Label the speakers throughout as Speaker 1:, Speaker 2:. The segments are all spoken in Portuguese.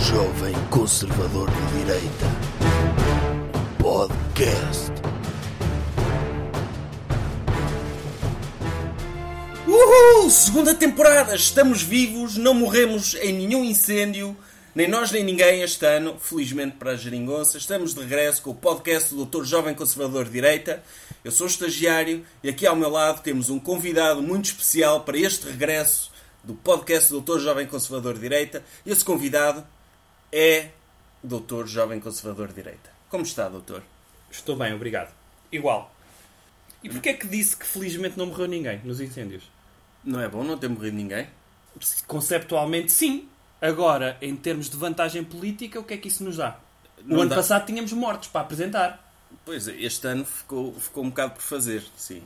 Speaker 1: Jovem Conservador de Direita. Podcast.
Speaker 2: Uhul! Segunda temporada! Estamos vivos, não morremos em nenhum incêndio, nem nós nem ninguém este ano, felizmente para a geringonça. Estamos de regresso com o podcast do Dr. Jovem Conservador de Direita. Eu sou o estagiário e aqui ao meu lado temos um convidado muito especial para este regresso do podcast do Dr. Jovem Conservador de Direita. Esse convidado é o Dr. Jovem Conservador de Direita. Como está, doutor?
Speaker 3: Estou bem, obrigado. Igual. E porquê é que disse que felizmente não morreu ninguém nos incêndios?
Speaker 2: Não é bom não ter morrido ninguém?
Speaker 3: Conceptualmente, sim. Agora, em termos de vantagem política, o que é que isso nos dá?
Speaker 2: Não
Speaker 3: o ano
Speaker 2: dá.
Speaker 3: passado tínhamos mortos para apresentar.
Speaker 2: Pois, este ano ficou, ficou um bocado por fazer, sim.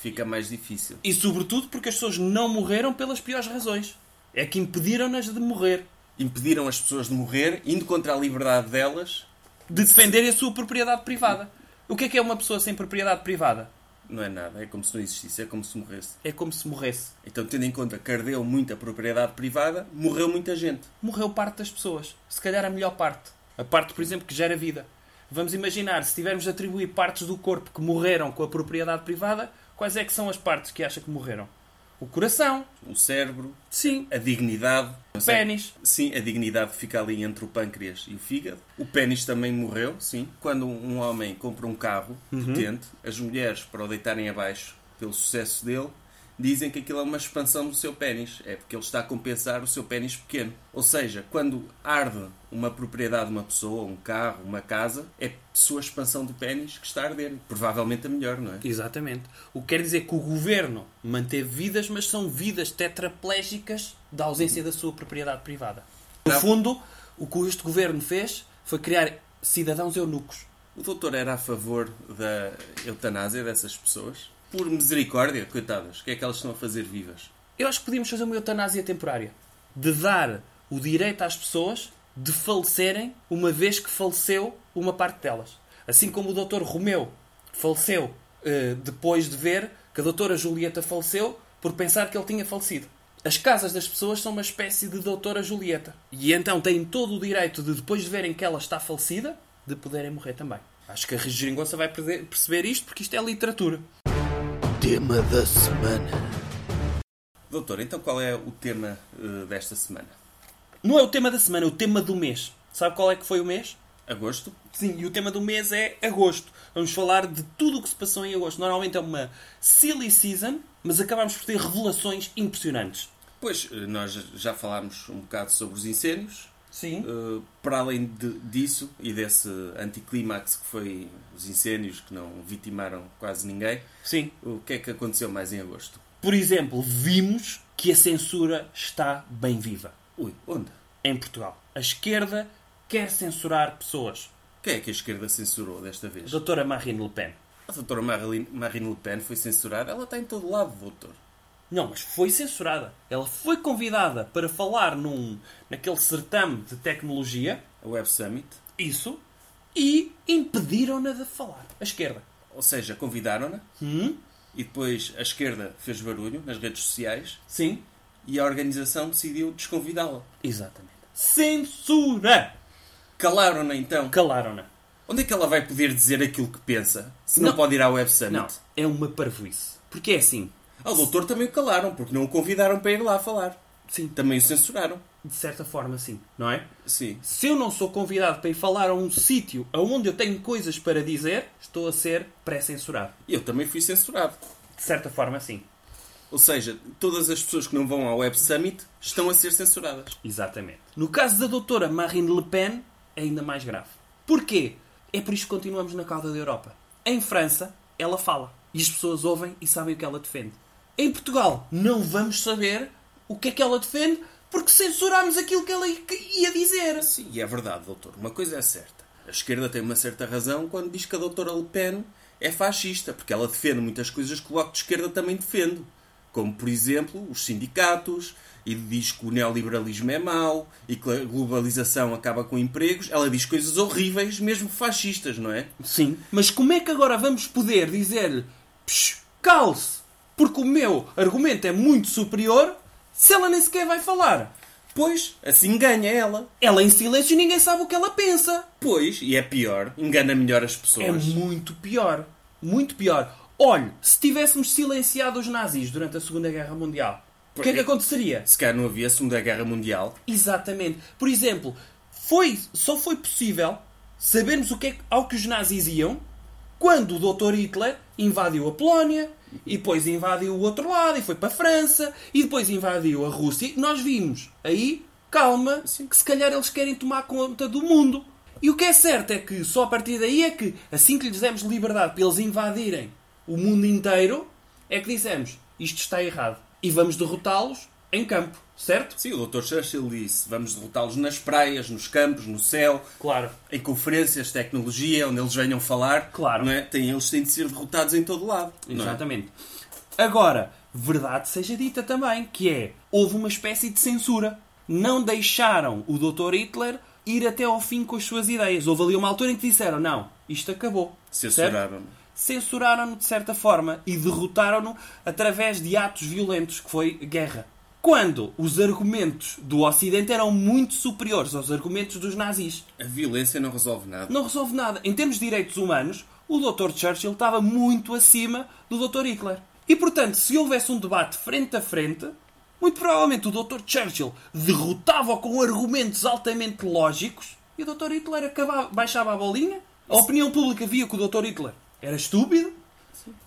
Speaker 2: Fica mais difícil.
Speaker 3: E sobretudo porque as pessoas não morreram pelas piores razões. É que impediram-nas de morrer.
Speaker 2: Impediram as pessoas de morrer, indo contra a liberdade delas,
Speaker 3: De defenderem a sua propriedade privada. O que é que é uma pessoa sem propriedade privada?
Speaker 2: não é nada, é como se não existisse, é como se morresse.
Speaker 3: É como se morresse.
Speaker 2: Então, tendo em conta que ardeu muita propriedade privada, morreu muita gente.
Speaker 3: morreu parte das pessoas. Se calhar a melhor parte. A parte, por exemplo, que gera vida. Vamos imaginar, se tivermos de atribuir partes do corpo que morreram com a propriedade privada, quais é que são as partes que acha que morreram? O coração,
Speaker 2: O Um cérebro,
Speaker 3: sim,
Speaker 2: a dignidade. não
Speaker 3: o
Speaker 2: sei.
Speaker 3: pênis.
Speaker 2: Sim, a dignidade fica ali entre o pâncreas e o fígado. O pênis também morreu, sim. Quando um um homem compra um carro potente, as mulheres, para o deitarem abaixo pelo sucesso dele, dizem que aquilo é uma expansão do seu pênis. É porque ele está a compensar o seu pênis pequeno. Ou seja, quando arde uma propriedade de uma pessoa, um carro, uma casa, é a sua expansão do pênis que está a arder. Provavelmente a melhor, não é?
Speaker 3: Exatamente. O que quer dizer que o governo manteve vidas, mas são vidas tetraplégicas da ausência da sua propriedade privada. No
Speaker 2: Não.
Speaker 3: fundo, o que este governo fez foi criar cidadãos eunucos.
Speaker 2: O doutor era a favor da eutanásia dessas pessoas? Por misericórdia, coitadas, o que é que elas estão a fazer vivas?
Speaker 3: Eu acho que podíamos fazer uma eutanásia temporária. De dar o direito às pessoas de falecerem uma vez que faleceu uma parte delas. Assim como o Dr. Romeu faleceu eh, depois de ver que a Doutora Julieta faleceu por pensar que ele tinha falecido. As casas das pessoas são uma espécie de Doutora Julieta. E então têm todo o direito de, depois de verem que ela está falecida, de poderem morrer também. Acho que a Regeringonça vai perder- perceber isto porque isto é literatura.
Speaker 1: Tema da semana.
Speaker 2: Doutor, então qual é o tema eh, desta semana?
Speaker 3: Não é o tema da semana, é o tema do mês. Sabe qual é que foi o mês?
Speaker 2: Agosto?
Speaker 3: Sim, e o tema do mês é agosto. Vamos falar de tudo o que se passou em agosto. Normalmente é uma silly season, mas acabamos por ter revelações impressionantes.
Speaker 2: Pois, eh, nós já falámos um bocado sobre os incêndios.
Speaker 3: Sim.
Speaker 2: Eh, para além de- disso e desse anticlímax que foi os incêndios que não vitimaram quase ninguém,
Speaker 3: Sim.
Speaker 2: o que é que aconteceu mais em agosto?
Speaker 3: Por exemplo, vimos que a censura está bem viva
Speaker 2: Ui, onde?
Speaker 3: em Portugal. A esquerda quer censurar pessoas.
Speaker 2: Quem é que a esquerda censurou desta vez?
Speaker 3: A doutora Marine Le Pen.
Speaker 2: A doutora Marine, Marine Le Pen foi censurada? Ela está em todo lado, doutor.
Speaker 3: Não, mas foi censurada. Ela foi convidada para falar num, naquele certame de tecnologia.
Speaker 2: A Web Summit.
Speaker 3: Isso. E impediram-na de falar. A esquerda.
Speaker 2: Ou seja, convidaram-na e depois a esquerda fez barulho nas redes sociais
Speaker 3: Sim.
Speaker 2: e a organização decidiu desconvidá-la.
Speaker 3: Exatamente. Censura!
Speaker 2: Calaram-na então.
Speaker 3: Calaram-na.
Speaker 2: Onde é que ela vai poder dizer aquilo que pensa se não,
Speaker 3: Não.
Speaker 2: pode ir ao Web
Speaker 3: Não,
Speaker 2: Summit?
Speaker 3: é uma parvoíce. Porque é assim.
Speaker 2: Ao doutor também o calaram, porque não o convidaram para ir lá falar.
Speaker 3: Sim.
Speaker 2: Também o censuraram.
Speaker 3: De certa forma, sim. Não é?
Speaker 2: Sim.
Speaker 3: Se eu não sou convidado para ir falar a um sítio aonde eu tenho coisas para dizer, estou a ser pré-censurado.
Speaker 2: E eu também fui censurado.
Speaker 3: De certa forma, sim.
Speaker 2: Ou seja, todas as pessoas que não vão ao Web Summit estão a ser censuradas.
Speaker 3: Exatamente. No caso da doutora Marine Le Pen, é ainda mais grave. Porquê? É por isso que continuamos na cauda da Europa. Em França, ela fala. E as pessoas ouvem e sabem o que ela defende. Em Portugal, não vamos saber o que é que ela defende porque censurámos aquilo que ela i- que ia dizer.
Speaker 2: Sim, e é verdade, doutor. Uma coisa é certa. A esquerda tem uma certa razão quando diz que a doutora Le Pen é fascista, porque ela defende muitas coisas que o Bloco de Esquerda também defende. Como, por exemplo, os sindicatos, e diz que o neoliberalismo é mau, e que a globalização acaba com empregos. Ela diz coisas horríveis, mesmo fascistas, não é?
Speaker 3: Sim. Mas como é que agora vamos poder dizer-lhe "Psh, calce porque o meu argumento é muito superior se ela nem sequer vai falar?
Speaker 2: Pois, assim ganha ela.
Speaker 3: Ela é em silêncio ninguém sabe o que ela pensa.
Speaker 2: Pois, e é pior, engana melhor as
Speaker 3: É
Speaker 2: pessoas.
Speaker 3: muito pior. Muito pior. Olhe, se tivéssemos silenciado os nazis durante a Segunda Guerra Mundial, o que é que
Speaker 2: é-
Speaker 3: aconteceria?
Speaker 2: Se cá não havia Segunda Guerra Mundial,
Speaker 3: Exatamente. Por exemplo, foi, só foi possível sabermos o que é, que- ao que os nazis iam quando o Dr. Hitler invadiu a Polónia e depois invadiu o outro lado e foi para a França e depois invadiu a Rússia. Nós vimos aí, calma, que se calhar eles querem tomar conta do mundo. E o que é certo é que só a partir daí é que, assim que lhes demos liberdade para eles invadirem o mundo inteiro, é que dissemos isto está errado e vamos derrotá-los em campo, certo?
Speaker 2: sim, o Dr. Churchill disse: vamos derrotá-los nas praias, nos campos, no céu,
Speaker 3: Claro.
Speaker 2: em conferências, tecnologia, onde eles venham falar.
Speaker 3: Claro.
Speaker 2: Não é? Tem, eles têm de ser derrotados em todo lado. não é?
Speaker 3: Exatamente. Agora, verdade seja dita também, que é, houve uma espécie de censura. Não deixaram o Dr. Hitler ir até ao fim com as suas ideias. Houve ali uma altura em que disseram, não, isto acabou. Certo?
Speaker 2: Censuraram.
Speaker 3: Censuraram-no de certa forma e derrotaram-no através de atos violentos, que foi guerra. Quando os argumentos do Ocidente eram muito superiores aos argumentos dos nazis.
Speaker 2: A violência não resolve nada.
Speaker 3: Não resolve nada. Em termos de direitos humanos, o Dr. Churchill estava muito acima do Dr. Hitler. E portanto, se houvesse um debate frente a frente, muito provavelmente o Dr. Churchill derrotava com argumentos altamente lógicos e o Dr. Hitler acabava, baixava a bolinha. A opinião pública via que o Dr. Hitler era estúpido.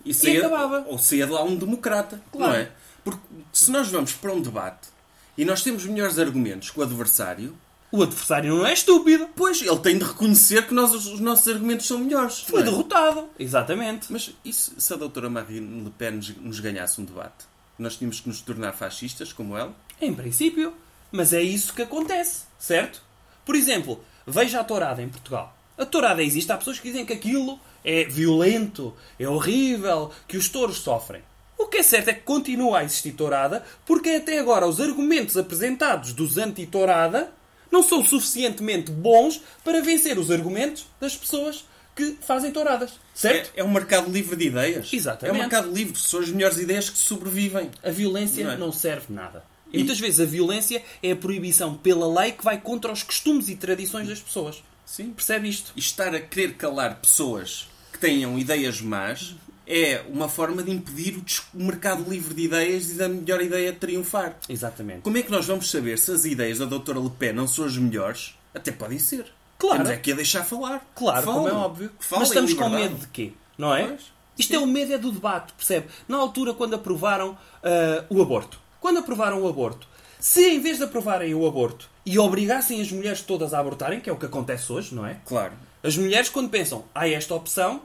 Speaker 2: E, saía-
Speaker 3: acabava.
Speaker 2: Ou saia de lá um democrata.
Speaker 3: Claro.
Speaker 2: Não é? Porque se nós vamos para um debate e nós temos melhores argumentos que o adversário,
Speaker 3: O adversário não é estúpido.
Speaker 2: pois ele tem de reconhecer que nós, os os nossos argumentos são melhores.
Speaker 3: Foi
Speaker 2: não é?
Speaker 3: derrotado. Exatamente.
Speaker 2: Mas e se, se a doutora Marine Le Pen nos- nos ganhasse um debate? Nós tínhamos que nos tornar fascistas como ela?
Speaker 3: Em princípio. Mas é isso que acontece, certo? Por exemplo, veja a tourada em Portugal. A tourada existe, há pessoas que dizem que aquilo é violento, é horrível, que os touros sofrem. O que é certo é que continua a existir tourada, porque até agora os argumentos apresentados dos anti-tourada não são suficientemente bons para vencer os argumentos das pessoas que fazem touradas, certo?
Speaker 2: É, é um mercado livre de ideias.
Speaker 3: Exatamente.
Speaker 2: É um mercado livre. São as melhores ideias que sobrevivem.
Speaker 3: A violência não,
Speaker 2: Não é?
Speaker 3: serve nada. E muitas vezes a violência é a proibição pela lei que vai contra os costumes e tradições das pessoas.
Speaker 2: Sim.
Speaker 3: Percebe isto?
Speaker 2: E estar a querer calar pessoas que tenham ideias más é uma forma de impedir o, des- o mercado livre de ideias e da melhor ideia triunfar.
Speaker 3: Exatamente.
Speaker 2: Como é que nós vamos saber se as ideias da doutora Le Pen não são as melhores? Até podem ser.
Speaker 3: Claro.
Speaker 2: Temos é que a deixar falar.
Speaker 3: Claro,
Speaker 2: Fala.
Speaker 3: como é óbvio.
Speaker 2: Que fala
Speaker 3: Mas
Speaker 2: em
Speaker 3: estamos com
Speaker 2: liberdade.
Speaker 3: medo de quê? Não é?
Speaker 2: Pois.
Speaker 3: Isto é o medo é do debate, percebe? Na altura, quando aprovaram ah, o aborto. Quando aprovaram o aborto, se em vez de aprovarem o aborto e obrigassem as mulheres todas a abortarem, que é o que acontece hoje, não é?
Speaker 2: Claro.
Speaker 3: As mulheres, quando pensam, há esta opção,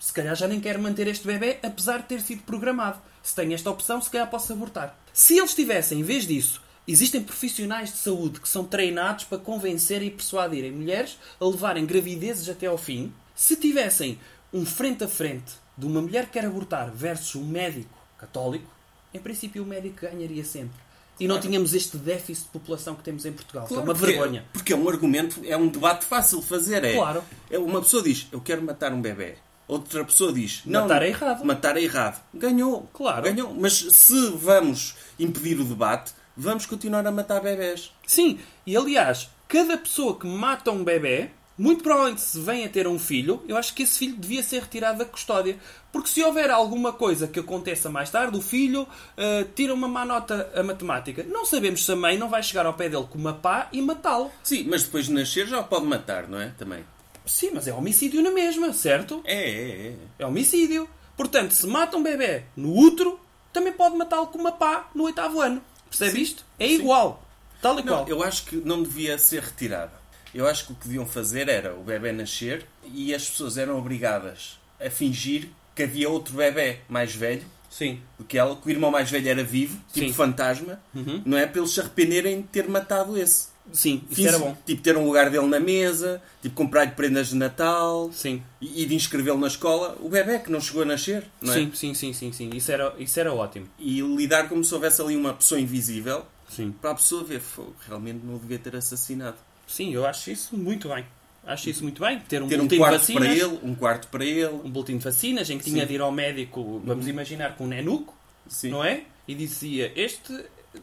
Speaker 3: se calhar já nem quero manter este bebê, apesar de ter sido programado. Se tenho esta opção, se calhar posso abortar. Se eles tivessem, em vez disso, existem profissionais de saúde que são treinados para convencer e persuadirem mulheres a levarem gravidezes até ao fim. Se tivessem um frente a frente de uma mulher que quer abortar versus um médico católico, em princípio o médico ganharia sempre. E não tínhamos este déficit de população que temos em Portugal, que é uma
Speaker 2: porque-
Speaker 3: vergonha.
Speaker 2: Porque é um argumento, é um debate fácil de fazer. É,
Speaker 3: Claro.
Speaker 2: é uma pessoa diz, eu quero matar um bebê. Outra pessoa diz, não,
Speaker 3: Matar é errado.
Speaker 2: Matar é errado. Ganhou.
Speaker 3: Claro.
Speaker 2: Ganhou. Mas se vamos impedir o debate, vamos continuar a matar bebés.
Speaker 3: Sim, e aliás, cada pessoa que mata um bebê, muito provavelmente se vem a ter um filho, eu acho que esse filho devia ser retirado da custódia. Porque se houver alguma coisa que aconteça mais tarde, o filho ah, tira uma má nota a matemática. Não sabemos se a mãe não vai chegar ao pé dele com uma pá e matá-lo.
Speaker 2: Sim, mas depois de nascer já o pode matar, não é? Também.
Speaker 3: Sim, mas é homicídio na mesma, certo?
Speaker 2: É, é, é.
Speaker 3: É homicídio. Portanto, se mata um bebê no útero, também pode matá-lo com uma pá no oitavo ano. Percebe isto? É igual. Tal e
Speaker 2: Não,
Speaker 3: qual.
Speaker 2: eu acho que não devia ser retirada. Eu acho que o que deviam fazer era o bebê nascer e as pessoas eram obrigadas a fingir que havia outro bebê mais velho
Speaker 3: Sim.
Speaker 2: do que ela, que o irmão mais velho era vivo, tipo
Speaker 3: Sim.
Speaker 2: fantasma, não é? Para eles se arrependerem de ter matado esse.
Speaker 3: Sim, isso era bom.
Speaker 2: Tipo, ter um lugar dele na mesa, tipo, comprar-lhe prendas de Natal
Speaker 3: Sim.
Speaker 2: e, e de inscrevê-lo na escola. O bebê que não chegou a nascer, não é?
Speaker 3: Sim, sim, sim, sim, sim. Isso era, isso era ótimo.
Speaker 2: E lidar como se houvesse ali uma pessoa invisível
Speaker 3: Sim.
Speaker 2: para a pessoa ver, "Fogo, realmente não o devia ter assassinado.
Speaker 3: Sim, eu acho isso muito bem. Acho isso muito bem. Ter um
Speaker 2: Ter um
Speaker 3: boletim de
Speaker 2: quarto
Speaker 3: vacinas.
Speaker 2: para ele, um quarto para ele.
Speaker 3: Um boletim de vacinas em que tinha de ir ao médico, vamos imaginar, com um nenuco,
Speaker 2: Uhum. Sim.
Speaker 3: não é? E dizia: Este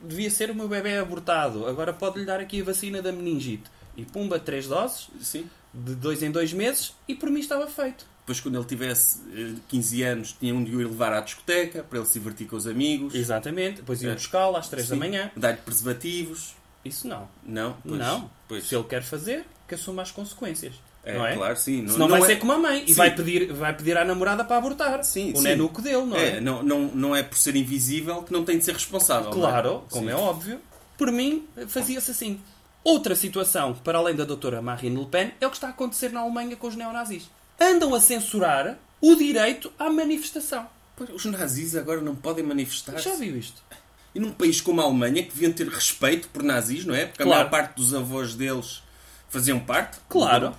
Speaker 3: devia ser o meu bebê abortado, agora pode-lhe dar aqui a vacina da meningite. E pumba, três doses,
Speaker 2: Sim.
Speaker 3: de dois em dois meses, e por mim estava feito.
Speaker 2: Depois, quando ele tivesse eh, 15 anos, tinham de o ir levar à discoteca para ele se divertir com os amigos.
Speaker 3: Exatamente, depois iam
Speaker 2: É.
Speaker 3: buscá-lo às três da
Speaker 2: Sim.
Speaker 3: manhã.
Speaker 2: Dar-lhe preservativos.
Speaker 3: Isso não.
Speaker 2: Não? Pois,
Speaker 3: não.
Speaker 2: Pois.
Speaker 3: Se ele quer fazer, que assuma as consequências.
Speaker 2: É,
Speaker 3: não é?
Speaker 2: claro, sim. Não,
Speaker 3: Senão
Speaker 2: não
Speaker 3: vai
Speaker 2: é-
Speaker 3: ser como a mãe e
Speaker 2: Sim.
Speaker 3: vai pedir, vai pedir à namorada para abortar.
Speaker 2: Sim,
Speaker 3: o
Speaker 2: sim.
Speaker 3: nenuco dele, não é?
Speaker 2: É, não, não, não é por ser invisível que não tem de ser responsável.
Speaker 3: Claro,
Speaker 2: não é?
Speaker 3: como
Speaker 2: Sim.
Speaker 3: é óbvio. Por mim, fazia-se assim. Outra situação, para além da doutora Marine Le Pen, é o que está a acontecer na Alemanha com os neonazis. Andam a censurar o direito à manifestação.
Speaker 2: Pois, Os nazis agora não podem manifestar-se.
Speaker 3: Já viu isto?
Speaker 2: E num país como a Alemanha, que deviam ter respeito por nazis, não é? Porque a
Speaker 3: Claro.
Speaker 2: maior parte dos avós deles faziam parte.
Speaker 3: Claro.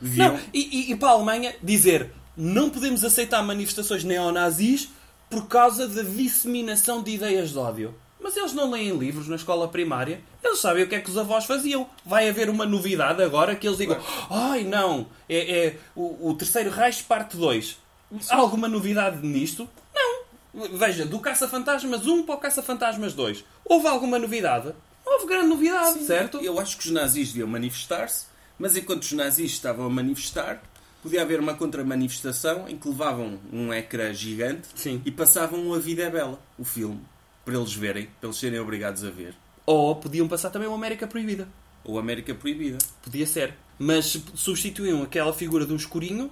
Speaker 2: Deviam.
Speaker 3: Não, e, e- e para a Alemanha dizer não podemos aceitar manifestações neonazis por causa da disseminação de ideias de ódio. Mas eles não leem livros na escola primária. Eles sabem o que é que os avós faziam. Vai haver uma novidade agora que eles digam ai não, é, é o, o terceiro Reich parte 2. Há alguma novidade nisto? Não. Veja, do Caça-Fantasmas 1 para o Caça-Fantasmas 2. Houve alguma novidade? Não houve grande novidade, certo?
Speaker 2: Eu acho que os nazis deviam manifestar-se, mas enquanto os nazis estavam a manifestar, podia haver uma contramanifestação em que levavam um ecrã gigante
Speaker 3: Sim.
Speaker 2: e passavam o A Vida é Bela, o filme, para eles verem, para eles serem obrigados a ver.
Speaker 3: Ou podiam passar também o América Proibida.
Speaker 2: Ou América Proibida.
Speaker 3: Podia ser. Mas substituíam aquela figura de um escurinho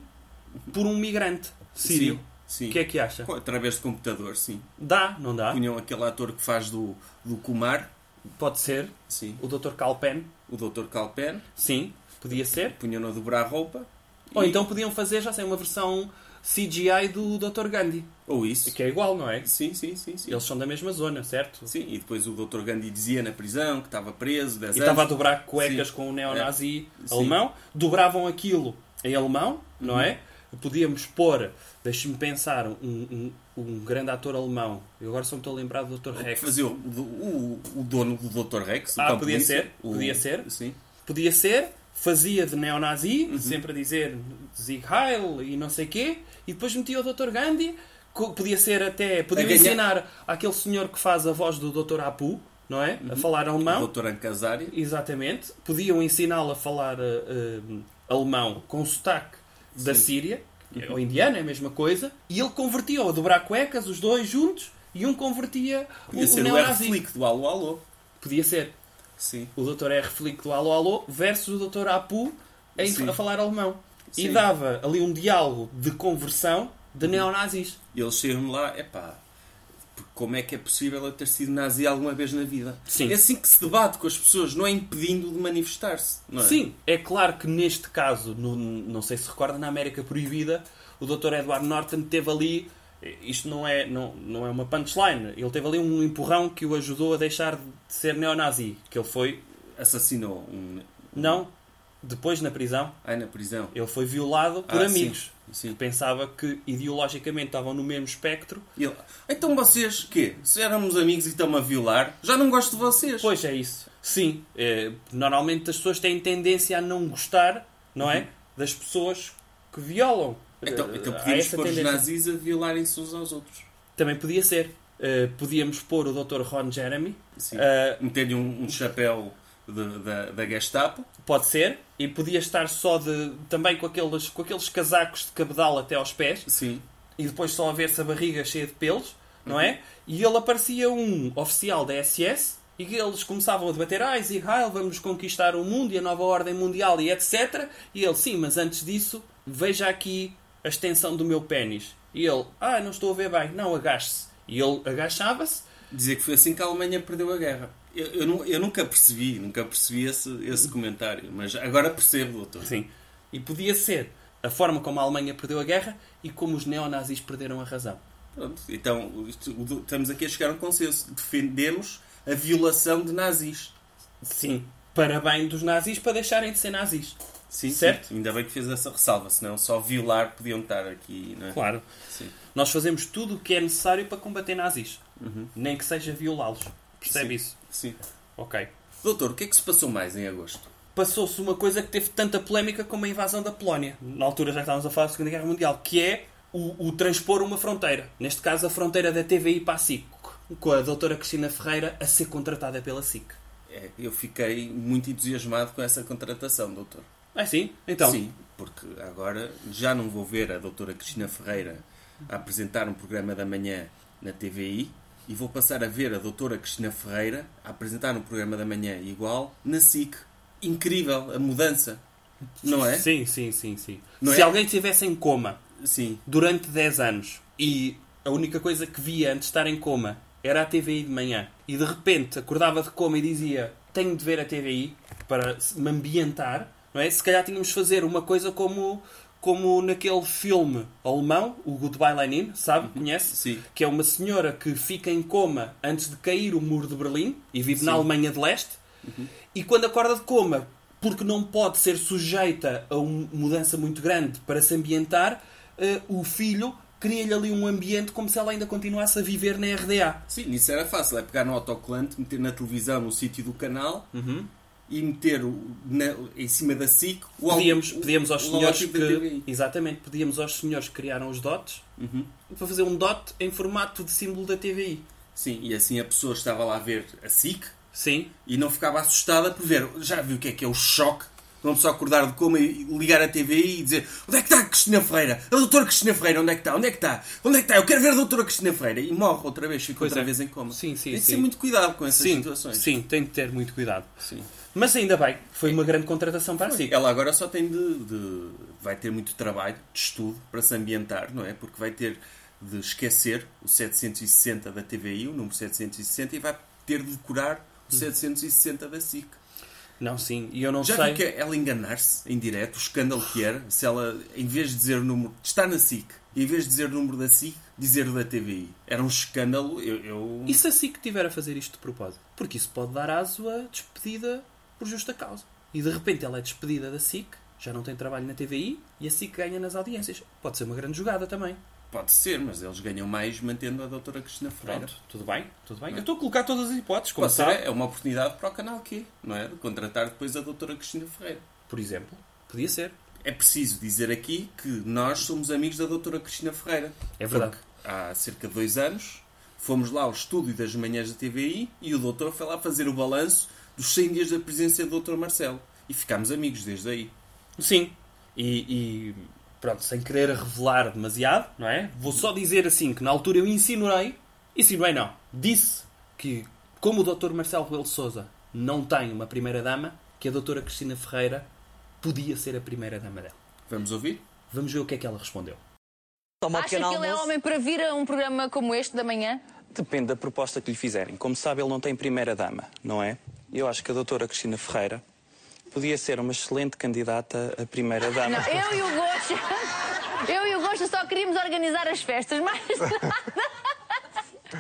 Speaker 3: por um migrante sírio.
Speaker 2: Sim. sim.
Speaker 3: O que é que acha? Ah.
Speaker 2: Através de computador, sim.
Speaker 3: Dá, não dá?
Speaker 2: Punham aquele ator que faz do, do Kumar,
Speaker 3: Pode ser.
Speaker 2: sim.
Speaker 3: O Dr. Calpen,
Speaker 2: o Dr. Calpen,
Speaker 3: sim, podia ser.
Speaker 2: punham-no a dobrar a roupa.
Speaker 3: Ou
Speaker 2: e-
Speaker 3: então podiam fazer, já sei, uma versão CGI do Dr. Gandhi.
Speaker 2: Ou isso.
Speaker 3: Que é igual, não é?
Speaker 2: Sim, sim, sim. sim.
Speaker 3: Eles são da mesma zona, certo?
Speaker 2: Sim, e depois o Dr. Gandhi dizia na prisão que estava preso 10 anos.
Speaker 3: E estava a dobrar cuecas
Speaker 2: Sim.
Speaker 3: com o neonazi
Speaker 2: É. Sim.
Speaker 3: alemão. Dobravam aquilo em alemão, não é?
Speaker 2: Uhum.
Speaker 3: Podíamos pôr, deixe-me pensar, um, um, um grande ator alemão. Eu agora só me estou a lembrar do Dr. Rex.
Speaker 2: Fazia É, o, o, o dono do Dr. Rex. o
Speaker 3: Ah,
Speaker 2: campo
Speaker 3: podia
Speaker 2: polícia,
Speaker 3: ser, podia ser.
Speaker 2: Sim.
Speaker 3: Podia ser, fazia de neonazi,
Speaker 2: Uhum.
Speaker 3: sempre a dizer Sieg Heil e não sei quê, e depois metia o Dr. Gandhi, co- podia ser até, podia
Speaker 2: A ganhar-
Speaker 3: ensinar àquele senhor que faz a voz do Dr. Apu, não é?
Speaker 2: Uhum.
Speaker 3: A falar alemão.
Speaker 2: O Dr. Ancasari.
Speaker 3: Exatamente. Podiam ensiná-lo a falar eh, eh, alemão com sotaque da
Speaker 2: Sim.
Speaker 3: Síria, ou indiana, é a mesma coisa, e ele convertia-o a dobrar cuecas, os dois juntos, e um convertia o,
Speaker 2: Podia
Speaker 3: o
Speaker 2: ser o R.
Speaker 3: neonazi.
Speaker 2: Flick do Alô Alô.
Speaker 3: podia ser
Speaker 2: Sim.
Speaker 3: o Dr. R. Flick do Alô Alô versus o Dr. Apu em-
Speaker 2: Sim.
Speaker 3: a falar alemão. E
Speaker 2: Sim. Uhum.
Speaker 3: dava ali um diálogo de conversão de neonazis.
Speaker 2: E eles chegam lá, epá, porque como é que é possível eu ter sido nazi alguma vez na vida?
Speaker 3: Sim.
Speaker 2: É assim que se debate com as pessoas, não é impedindo de manifestar-se, não é?
Speaker 3: Sim, é claro que neste caso, no- não sei se recorda, na América Proibida, o Dr. Edward Norton teve ali. Isto não é, não, não é uma punchline. Ele teve ali um empurrão que o ajudou a deixar de ser neonazi. Que ele foi.
Speaker 2: Assassinou um...
Speaker 3: Não, depois na prisão,
Speaker 2: Ai, na prisão.
Speaker 3: ele foi violado por
Speaker 2: Ah,
Speaker 3: amigos.
Speaker 2: sim, sim.
Speaker 3: Que pensava que ideologicamente estavam no mesmo espectro
Speaker 2: E ele, então vocês, quê? Se éramos amigos e estão-me a violar, já não gosto de vocês.
Speaker 3: Pois é isso. Sim, eh, normalmente as pessoas têm tendência a não gostar, não é? Das pessoas que violam.
Speaker 2: Uhum.
Speaker 3: Eh,
Speaker 2: Então, então
Speaker 3: Há
Speaker 2: podíamos
Speaker 3: essa
Speaker 2: pôr os
Speaker 3: tendência.
Speaker 2: nazis a violarem-se uns aos outros.
Speaker 3: Também podia ser. Eh, podíamos pôr o Dr. Ron Jeremy,
Speaker 2: Sim.
Speaker 3: Ah.
Speaker 2: Meter-lhe Assim, um, um chapéu de- da, da Gestapo.
Speaker 3: pode ser, e podia estar só de também com aqueles, com aqueles casacos de cabedal até aos pés,
Speaker 2: Sim.
Speaker 3: e depois só a ver-se a barriga cheia de pelos, não é? E ele aparecia um oficial da SS e que eles começavam a debater, ah, Israel, vamos conquistar o mundo e a nova ordem mundial e etc. E ele, sim, mas antes disso, veja aqui a extensão do meu pênis. E ele, ah, não estou a ver bem, não, agache-se. E ele agachava-se,
Speaker 2: Dizer que foi assim que a Alemanha perdeu a guerra. Eu, eu nu- eu nunca percebi, nunca percebi esse, esse comentário, mas agora percebo, doutor.
Speaker 3: sim, e podia ser a forma como a Alemanha perdeu a guerra e como os neonazis perderam a razão.
Speaker 2: Pronto, então isto- o do- estamos aqui a chegar a um consenso. Defendemos a violação de nazis.
Speaker 3: Sim, para bem dos nazis, para deixarem de ser nazis.
Speaker 2: Sim,
Speaker 3: Certo.
Speaker 2: sim. Ainda bem que fez essa ressalva, senão só violar podiam estar aqui, não é?
Speaker 3: Claro.
Speaker 2: Sim.
Speaker 3: Nós fazemos tudo o que é necessário para combater nazis. Nem que seja violá-los. Percebe
Speaker 2: Uhum. Sim,
Speaker 3: isso?
Speaker 2: Sim.
Speaker 3: Ok.
Speaker 2: Doutor, o que é que se passou mais em agosto?
Speaker 3: Passou-se uma coisa que teve tanta polémica como a invasão da Polónia. Na altura já estávamos a falar da Segunda Guerra Mundial, que é o, o transpor uma fronteira. Neste caso, a fronteira da TVI para a SIC. com a doutora Cristina Ferreira a ser contratada pela SIC.
Speaker 2: É, eu fiquei muito entusiasmado com essa contratação, doutor.
Speaker 3: É sim? Então,
Speaker 2: Sim, porque agora já não vou ver a doutora Cristina Ferreira a apresentar um programa da manhã na TVI e vou passar a ver a doutora Cristina Ferreira a apresentar um programa da manhã igual na SIC. Incrível a mudança, não é?
Speaker 3: sim, sim, sim, sim.
Speaker 2: Não
Speaker 3: Se
Speaker 2: é?
Speaker 3: alguém estivesse em coma
Speaker 2: Sim.
Speaker 3: durante 10 anos e a única coisa que via antes de estar em coma era a TVI de manhã e de repente acordava de coma e dizia tenho de ver a TVI para se- me ambientar, não é? Se calhar tínhamos de fazer uma coisa como como naquele filme alemão, o Goodbye Lenin, sabe? Conhece?
Speaker 2: Sim.
Speaker 3: Que é uma senhora que fica em coma antes de cair o muro de Berlim e vive na Alemanha de Leste. E quando acorda de coma, porque não pode ser sujeita a uma mudança muito grande para se ambientar, eh, o filho cria-lhe ali um ambiente como se ela ainda continuasse a viver na RDA.
Speaker 2: Sim, isso era fácil. É pegar no autocolante, meter na televisão no sítio do canal
Speaker 3: Uhum.
Speaker 2: e meter o- na- em cima da SIC o al-
Speaker 3: Pedíamos,
Speaker 2: o-
Speaker 3: pedíamos aos
Speaker 2: o
Speaker 3: senhores
Speaker 2: logotipo da
Speaker 3: que.
Speaker 2: TVI.
Speaker 3: Exatamente, pedíamos aos senhores que criaram os dots para fazer um dot em formato de símbolo da TVI.
Speaker 2: Sim, e assim a pessoa estava lá a ver a SIC
Speaker 3: Sim,
Speaker 2: e não ficava assustada por ver. Já viu o que é que é o choque? de Uma pessoa acordar de coma e ligar a TVI e dizer onde é que está a Cristina Ferreira? A doutora Cristina Ferreira, onde é que está? Onde é que está? Onde é que está? Eu quero ver a doutora Cristina Ferreira. E morre outra vez, fica
Speaker 3: Pois
Speaker 2: outra
Speaker 3: é.
Speaker 2: vez em coma.
Speaker 3: Sim, sim,
Speaker 2: Tem de
Speaker 3: sim.
Speaker 2: ser muito cuidado com essas
Speaker 3: sim,
Speaker 2: situações.
Speaker 3: sim, tem de ter muito cuidado.
Speaker 2: Sim.
Speaker 3: Mas ainda bem, foi uma grande contratação para a SIC.
Speaker 2: Ah, Ela agora só tem de, de- Vai ter muito trabalho de estudo para se ambientar, não é? Porque vai ter de esquecer o 760 da TVI, o número 760, e vai ter de decorar o 760 da SIC.
Speaker 3: Não, sim, e eu Hum. não
Speaker 2: Já
Speaker 3: sei.
Speaker 2: viu que é ela enganar-se em direto, o escândalo que era, se ela, em vez de dizer o número. Está na SIC, em vez de dizer o número da SIC, dizer o da TVI. Era um escândalo, eu. eu-
Speaker 3: E se assim que tiver a fazer isto de propósito? Porque isso pode dar aso a despedida por justa causa. E de repente ela é despedida da SIC, já não tem trabalho na TVI e a SIC ganha nas audiências. Pode ser uma grande jogada também.
Speaker 2: Pode ser, mas eles ganham mais mantendo a doutora Cristina Ferreira.
Speaker 3: Pronto, tudo bem, tudo bem. Eu estou a colocar todas as hipóteses, como
Speaker 2: Pode ser,
Speaker 3: sabe.
Speaker 2: é uma oportunidade para o canal Q, não é? De contratar depois a doutora Cristina Ferreira.
Speaker 3: Por exemplo, podia ser.
Speaker 2: É preciso dizer aqui que nós somos amigos da doutora Cristina Ferreira.
Speaker 3: É verdade.
Speaker 2: Porque há cerca de dois anos fomos lá ao estúdio das manhãs da TVI e o doutor foi lá fazer o balanço dos 100 dias da presença do doutor Marcelo. E ficámos amigos desde aí.
Speaker 3: Sim. E, e, pronto, sem querer revelar demasiado, não é? Vou só dizer assim que na altura eu insinuei, insinuei não, disse que como o Dr. Marcelo Rebelo de Souza não tem uma primeira dama, que a Dra. Cristina Ferreira podia ser a primeira dama dela.
Speaker 2: Vamos ouvir?
Speaker 3: Vamos ver o que é que ela respondeu.
Speaker 4: Toma o
Speaker 5: Acha que
Speaker 4: pequeno
Speaker 5: ele é
Speaker 4: almoço.
Speaker 5: homem para vir a um programa como este da manhã?
Speaker 4: Depende da proposta que lhe fizerem. Como sabe, ele não tem primeira-dama, não é? Eu acho que a doutora Cristina Ferreira podia ser uma excelente candidata a primeira-dama.
Speaker 5: Eu e o Gosto. Eu e o Gosto só queríamos organizar as festas, mas,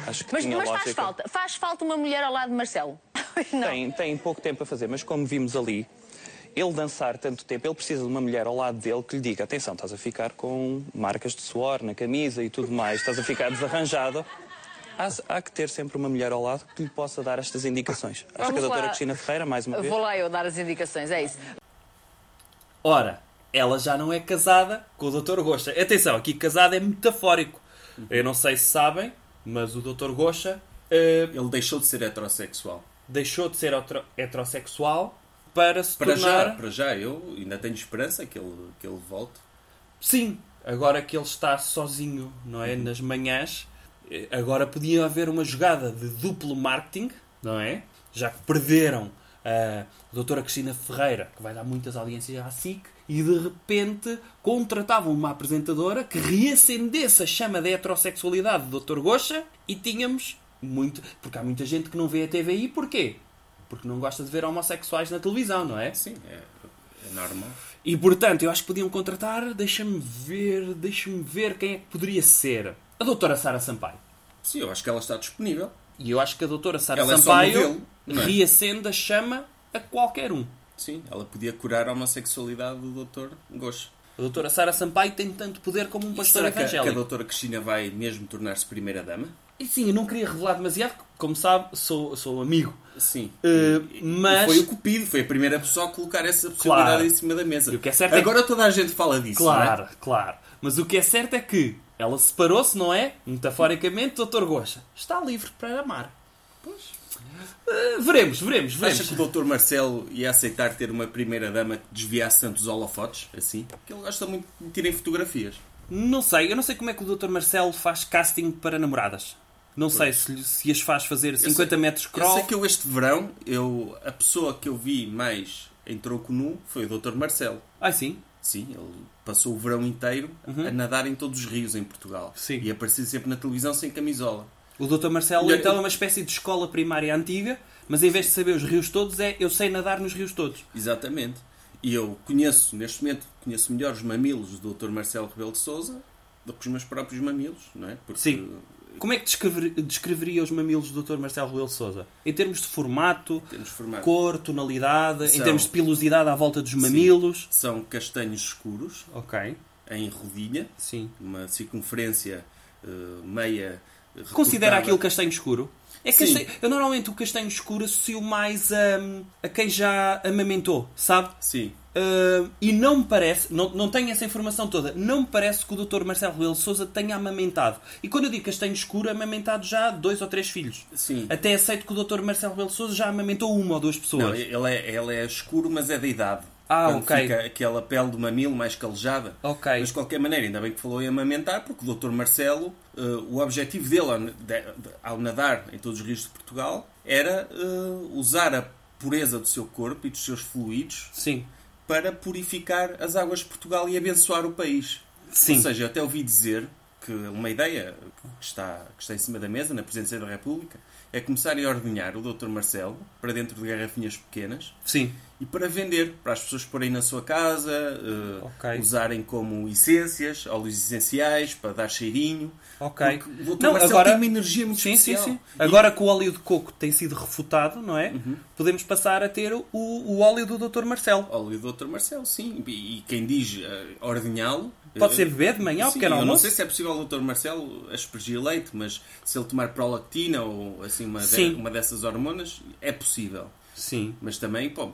Speaker 4: Acho que
Speaker 5: mas,
Speaker 4: tinha
Speaker 5: mas
Speaker 4: lógica.
Speaker 5: faz falta. Faz falta uma mulher ao lado de Marcelo. Não.
Speaker 4: Tem, tem pouco tempo a fazer, mas como vimos ali, ele dançar tanto tempo, ele precisa de uma mulher ao lado dele que lhe diga atenção, estás a ficar com marcas de suor na camisa e tudo mais, estás a ficar desarranjado. Há, há que ter sempre uma mulher ao lado que lhe possa dar estas indicações. Acho que a
Speaker 5: Vamos lá.
Speaker 4: doutora Cristina Ferreira, mais uma vez...
Speaker 5: Vou lá eu dar as indicações, é isso.
Speaker 3: Ora, ela já não é casada com o Dr. Gosta. Atenção, aqui casada é metafórico. Eu não sei se sabem, mas o Dr. Gosta eh,
Speaker 2: Ele deixou de ser heterossexual.
Speaker 3: deixou de ser hetero- heterossexual para se
Speaker 2: Para
Speaker 3: tornar...
Speaker 2: já, para já, eu ainda tenho esperança que ele, que ele volte.
Speaker 3: Sim, agora que ele está sozinho, não é? Nas manhãs, eh, agora podia haver uma jogada de duplo marketing, não é? Já que perderam a doutora Cristina Ferreira, que vai dar muitas audiências à SIC, e de repente contratavam uma apresentadora que reacendesse a chama da heterossexualidade do Dr. Gocha e tínhamos muito. Porque há muita gente que não vê a TVI, porquê? Porque não gosta de ver homossexuais na televisão, não é?
Speaker 2: Sim, é, é normal.
Speaker 3: E portanto, eu acho que podiam contratar, deixa-me ver, deixa-me ver quem é que poderia ser. A doutora Sara Sampaio.
Speaker 2: Sim, eu acho que ela está disponível.
Speaker 3: E eu acho que a doutora Sara
Speaker 2: Ela é só
Speaker 3: Sampaio
Speaker 2: modelo, não é?
Speaker 3: reacende a chama a qualquer um.
Speaker 2: Sim, ela podia curar a homossexualidade do doutor Gosto.
Speaker 3: A doutora Sara Sampaio tem tanto poder como um pastor
Speaker 2: Será que a, que a
Speaker 3: evangélico.
Speaker 2: doutora Cristina vai mesmo tornar-se primeira-dama?
Speaker 3: E sim, eu não queria revelar demasiado, porque, como sabe, sou, sou amigo.
Speaker 2: Sim.
Speaker 3: Eh,
Speaker 2: E
Speaker 3: mas
Speaker 2: Foi o Cupido, foi a primeira pessoa a colocar essa possibilidade
Speaker 3: Claro.
Speaker 2: em cima da mesa.
Speaker 3: E o que é certo é
Speaker 2: Agora toda a gente fala disso, não é?
Speaker 3: Claro, claro. Mas o que é certo é que Ela separou-se, não é? Metaforicamente, Dr. Gocha. Está livre para amar. Pois. veremos, veremos, veremos.
Speaker 2: Acha que o Dr. Marcelo ia aceitar ter uma primeira-dama que desviasse tantos holofotes, assim? Porque ele gosta muito de tirem fotografias.
Speaker 3: Não sei, eu não sei como é que o Dr. Marcelo faz casting para namoradas. Não sei se, lhe- se as faz fazer 50 metros
Speaker 2: Eu
Speaker 3: crawl.
Speaker 2: sei que eu este verão, eu, a pessoa que eu vi mais em troco nu foi o Dr. Marcelo.
Speaker 3: Ai sim.
Speaker 2: Sim, ele passou o verão inteiro a nadar em todos os rios em Portugal.
Speaker 3: Uhum. Sim.
Speaker 2: E aparecia sempre na televisão sem camisola.
Speaker 3: O Dr. Marcelo
Speaker 2: Eu-
Speaker 3: então é uma espécie de escola primária antiga, mas em vez de saber os rios todos, é eu sei nadar nos rios todos.
Speaker 2: Exatamente. E eu conheço, neste momento, conheço melhor os mamilos do Dr. Marcelo Rebelo de Souza do que os meus próprios mamilos, não é? Porque
Speaker 3: Sim. Como é que descrever- descreveria os mamilos do Dr. Marcelo Rebelo de Sousa? Em termos de formato,
Speaker 2: termos de formato.
Speaker 3: cor, tonalidade, em
Speaker 2: São-
Speaker 3: termos de pilosidade à volta dos mamilos.
Speaker 2: são castanhos escuros,
Speaker 3: Ok,
Speaker 2: em rodilha,
Speaker 3: sim.
Speaker 2: uma circunferência eh, meia. eh,
Speaker 3: Considera
Speaker 2: recortada.
Speaker 3: aquilo castanho escuro? É
Speaker 2: Sim.
Speaker 3: castanho- eu normalmente o castanho escuro associo mais a, a quem já amamentou, sabe?
Speaker 2: Sim.
Speaker 3: Ah, e não me parece, não, não tenho essa informação toda, não me parece que o Dr. Marcelo Rebelo de Souza tenha amamentado. E quando eu digo castanho escuro, amamentado já dois ou três filhos.
Speaker 2: Sim.
Speaker 3: Até aceito que o Dr. Marcelo Rebelo de Souza já amamentou uma ou duas pessoas.
Speaker 2: Não, ele é, ele é escuro, mas é da idade.
Speaker 3: Ah,
Speaker 2: Quando
Speaker 3: ok.
Speaker 2: fica aquela pele do mamilo mais calejada.
Speaker 3: Ok.
Speaker 2: Mas de qualquer maneira, ainda bem que falou em amamentar, porque o Dr. Marcelo, eh, o objetivo dele ao, n- de- de- ao nadar em todos os rios de Portugal era eh, usar a pureza do seu corpo e dos seus fluidos
Speaker 3: Sim.
Speaker 2: para purificar as águas de Portugal e abençoar o país.
Speaker 3: Sim.
Speaker 2: Ou seja, eu até ouvi dizer que uma ideia que está, que está em cima da mesa, na Presidência da República, é começar a ordenhar o Dr. Marcelo para dentro de garrafinhas pequenas
Speaker 3: Sim.
Speaker 2: e para vender, para as pessoas porem na sua casa, eh,
Speaker 3: Ok.
Speaker 2: usarem como essências, óleos essenciais, para dar cheirinho.
Speaker 3: Ok.
Speaker 2: Porque o Dr.
Speaker 3: Não,
Speaker 2: Marcelo
Speaker 3: agora-
Speaker 2: tem uma energia muito
Speaker 3: Sim, sim,
Speaker 2: especial.
Speaker 3: sim.
Speaker 2: E- Uhum.
Speaker 3: Agora que o óleo de coco tem sido refutado, não é? Podemos passar a ter o, o óleo do Dr. Marcelo.
Speaker 2: Óleo do Dr. Marcelo, sim. E, e quem diz eh, ordenhá-lo.
Speaker 3: Pode
Speaker 2: eh,
Speaker 3: ser bebê de manhã ao
Speaker 2: sim,
Speaker 3: pequeno
Speaker 2: eu não
Speaker 3: almoço?
Speaker 2: sei se é possível o Dr. Marcelo aspergir leite, mas se ele tomar prolactina ou assim uma, de-
Speaker 3: Sim.
Speaker 2: uma dessas hormonas, é possível.
Speaker 3: Sim.
Speaker 2: Mas também, pô,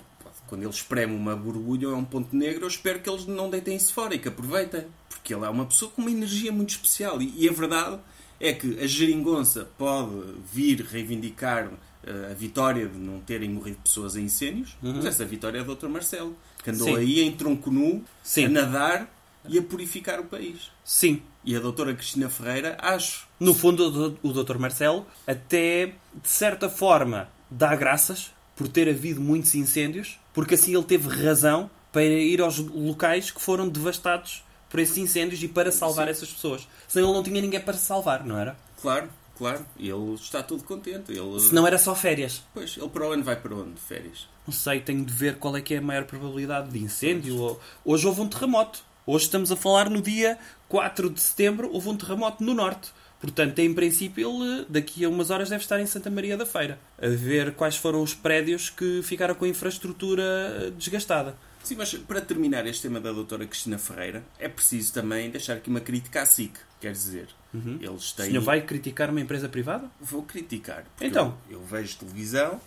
Speaker 2: quando ele espreme uma borbulha ou é um ponto negro, eu espero que eles não deitem isso fora e que aproveitem. Porque ele é uma pessoa com uma energia muito especial. E, e a verdade é que a geringonça pode vir reivindicar eh, a vitória de não terem morrido pessoas em incêndios, mas essa vitória é do Dr. Marcelo, que andou
Speaker 3: Uhum. Sim.
Speaker 2: aí em tronco nu,
Speaker 3: Sim.
Speaker 2: a nadar e a purificar o país.
Speaker 3: Sim.
Speaker 2: E a doutora Cristina Ferreira, acho.
Speaker 3: No fundo, o Dr. Marcelo até, de certa forma, dá graças por ter havido muitos incêndios, porque assim ele teve razão para ir aos locais que foram devastados por esses incêndios e para salvar essas pessoas. Senão ele não tinha ninguém para salvar, não era?
Speaker 2: Claro, claro, ele está todo contente. Ele,
Speaker 3: Senão era só férias.
Speaker 2: Pois, ele para o ano vai para onde? De férias.
Speaker 3: Não sei, tenho de ver qual é que é a maior probabilidade de incêndio. ou- Hoje houve um terremoto. Hoje estamos a falar no dia 4 de setembro, houve um terremoto no norte. Portanto, em princípio, ele eh, daqui a umas horas deve estar em Santa Maria da Feira a ver quais foram os prédios que ficaram com a infraestrutura eh, desgastada.
Speaker 2: Sim, mas para terminar este tema da doutora Cristina Ferreira, é preciso também deixar aqui uma crítica à SIC, quer dizer, eles
Speaker 3: Uhum. O
Speaker 2: têm...
Speaker 3: senhor vai criticar uma empresa privada?
Speaker 2: Vou criticar, porque
Speaker 3: Então.
Speaker 2: eu, eu vejo televisão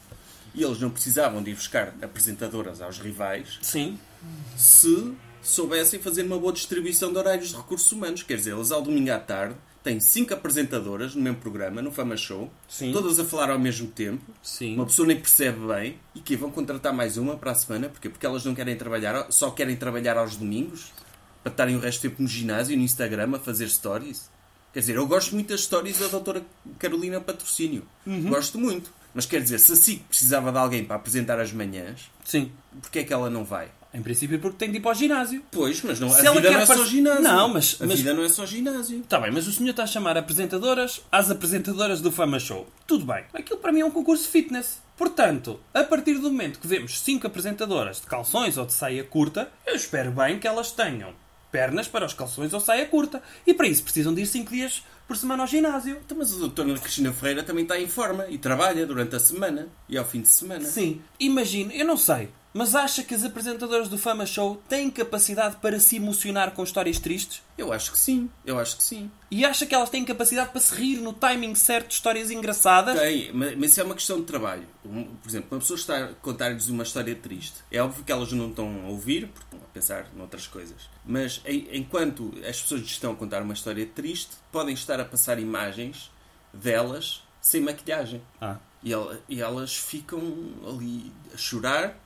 Speaker 2: e eles não precisavam de ir buscar apresentadoras aos rivais
Speaker 3: Sim.
Speaker 2: se soubessem fazer uma boa distribuição de horários de recursos humanos. Quer dizer, eles ao domingo à tarde têm cinco apresentadoras no mesmo programa, no Fama Show,
Speaker 3: Sim.
Speaker 2: todas a falar ao mesmo tempo,
Speaker 3: Sim.
Speaker 2: uma pessoa nem percebe bem, e que vão contratar mais uma para a semana, porque Porque elas não querem trabalhar, só querem trabalhar aos domingos, para estarem o resto do tempo no ginásio, no Instagram, a fazer stories. Quer dizer, eu gosto muito das stories da doutora Carolina Patrocínio.
Speaker 3: Uhum.
Speaker 2: Gosto muito. Mas quer dizer, se a SIC precisava de alguém para apresentar as manhãs,
Speaker 3: Sim.
Speaker 2: porquê é que ela não vai?
Speaker 3: Em princípio, porque tem de ir para o ginásio.
Speaker 2: Pois, mas não,
Speaker 3: Se
Speaker 2: a
Speaker 3: ela
Speaker 2: vida
Speaker 3: quer
Speaker 2: não é só
Speaker 3: parce-
Speaker 2: ginásio.
Speaker 3: Não, mas-
Speaker 2: A
Speaker 3: mas-
Speaker 2: vida não é só ginásio.
Speaker 3: Está Tá bem, mas o senhor está a chamar apresentadoras às apresentadoras do Fama Show. Tudo bem. Aquilo para mim é um concurso de fitness. Portanto, a partir do momento que vemos cinco apresentadoras de calções ou de saia curta, eu espero bem que elas tenham pernas para os calções ou saia curta. E para isso precisam de ir cinco dias por semana ao ginásio.
Speaker 2: Então, Mas a doutora Cristina Ferreira também está em forma e trabalha durante a semana e ao fim de semana.
Speaker 3: Sim, imagina, eu não sei, mas acha que as apresentadoras do Fama Show têm capacidade para se emocionar com histórias tristes?
Speaker 2: Eu acho que sim, eu acho que sim.
Speaker 3: E acha que elas têm capacidade para se rir no timing certo de histórias engraçadas?
Speaker 2: Tem, mas mas isso é uma questão de trabalho. Um- Por exemplo, uma pessoa está a contar-lhes uma história triste. É óbvio que elas não estão a ouvir, porque pensar noutras coisas. Mas em- enquanto as pessoas lhes estão a contar uma história triste, podem estar a passar imagens delas sem maquilhagem.
Speaker 3: Ah.
Speaker 2: E, ela- e elas ficam ali a chorar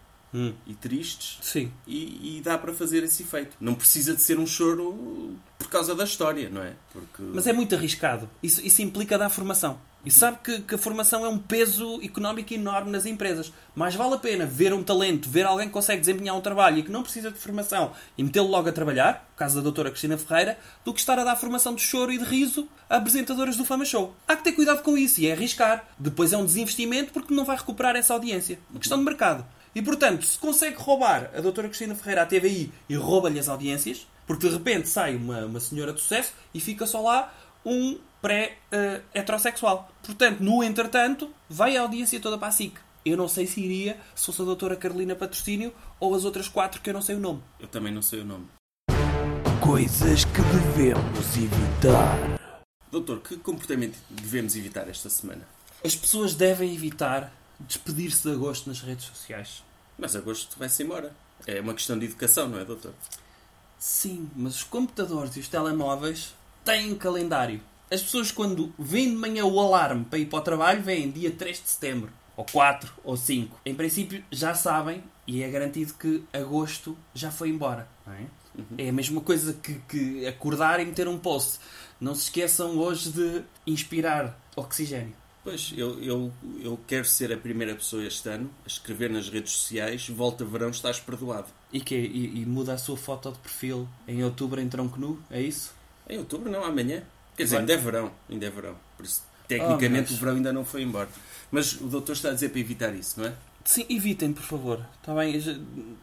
Speaker 2: e tristes.
Speaker 3: Hum. Sim.
Speaker 2: E, e dá para fazer esse efeito. Não precisa de ser um choro por causa da história, não é? Porque...
Speaker 3: Mas é muito arriscado. Isso, isso implica dar formação. E sabe que, que a formação é um peso económico enorme nas empresas. Mais vale a pena ver um talento, ver alguém que consegue desempenhar um trabalho e que não precisa de formação e metê-lo logo a trabalhar, no caso da doutora Cristina Ferreira, do que estar a dar formação de choro e de riso a apresentadoras do Fama Show. Há que ter cuidado com isso e é arriscar. Depois é um desinvestimento porque não vai recuperar essa audiência. Uma questão de mercado. E portanto, se consegue roubar a doutora Cristina Ferreira à TVI e rouba-lhe as audiências, porque de repente sai uma, uma senhora de sucesso e fica só lá um pré-heterossexual. portanto, no entretanto, vai a audiência toda para a SIC. Eu não sei se iria se fosse a doutora Carolina Patrocínio ou as outras quatro que eu não sei o nome.
Speaker 2: Eu também não sei o nome.
Speaker 1: Coisas que devemos evitar.
Speaker 2: Doutor, que comportamento devemos evitar esta semana?
Speaker 3: As pessoas devem evitar despedir-se de agosto nas redes sociais.
Speaker 2: Mas agosto vai-se embora. É uma questão de educação, não é, doutor?
Speaker 3: Sim, mas os computadores e os telemóveis têm um calendário. As pessoas, quando vêm de manhã o alarme para ir para o trabalho, vêm dia 3 de setembro, ou 4, ou 5. Em princípio, já sabem e é garantido que agosto já foi embora. não é? É a mesma coisa que, que acordar e meter um post. Não se esqueçam hoje de inspirar oxigênio.
Speaker 2: Pois, eu, eu, eu quero ser a primeira pessoa este ano a escrever nas redes sociais Volta Verão, estás perdoado.
Speaker 3: E, quê? e, e muda a sua foto de perfil em outubro em tronco nu, é isso?
Speaker 2: Em outubro, não, amanhã. Quer dizer,
Speaker 3: Vai.
Speaker 2: ainda é verão. Ainda é verão. Por isso, tecnicamente,
Speaker 3: Oh, mas-
Speaker 2: o verão ainda não foi embora. Mas o doutor está a dizer para evitar isso, não é?
Speaker 3: Sim, evitem, por favor. Tá bem? Já-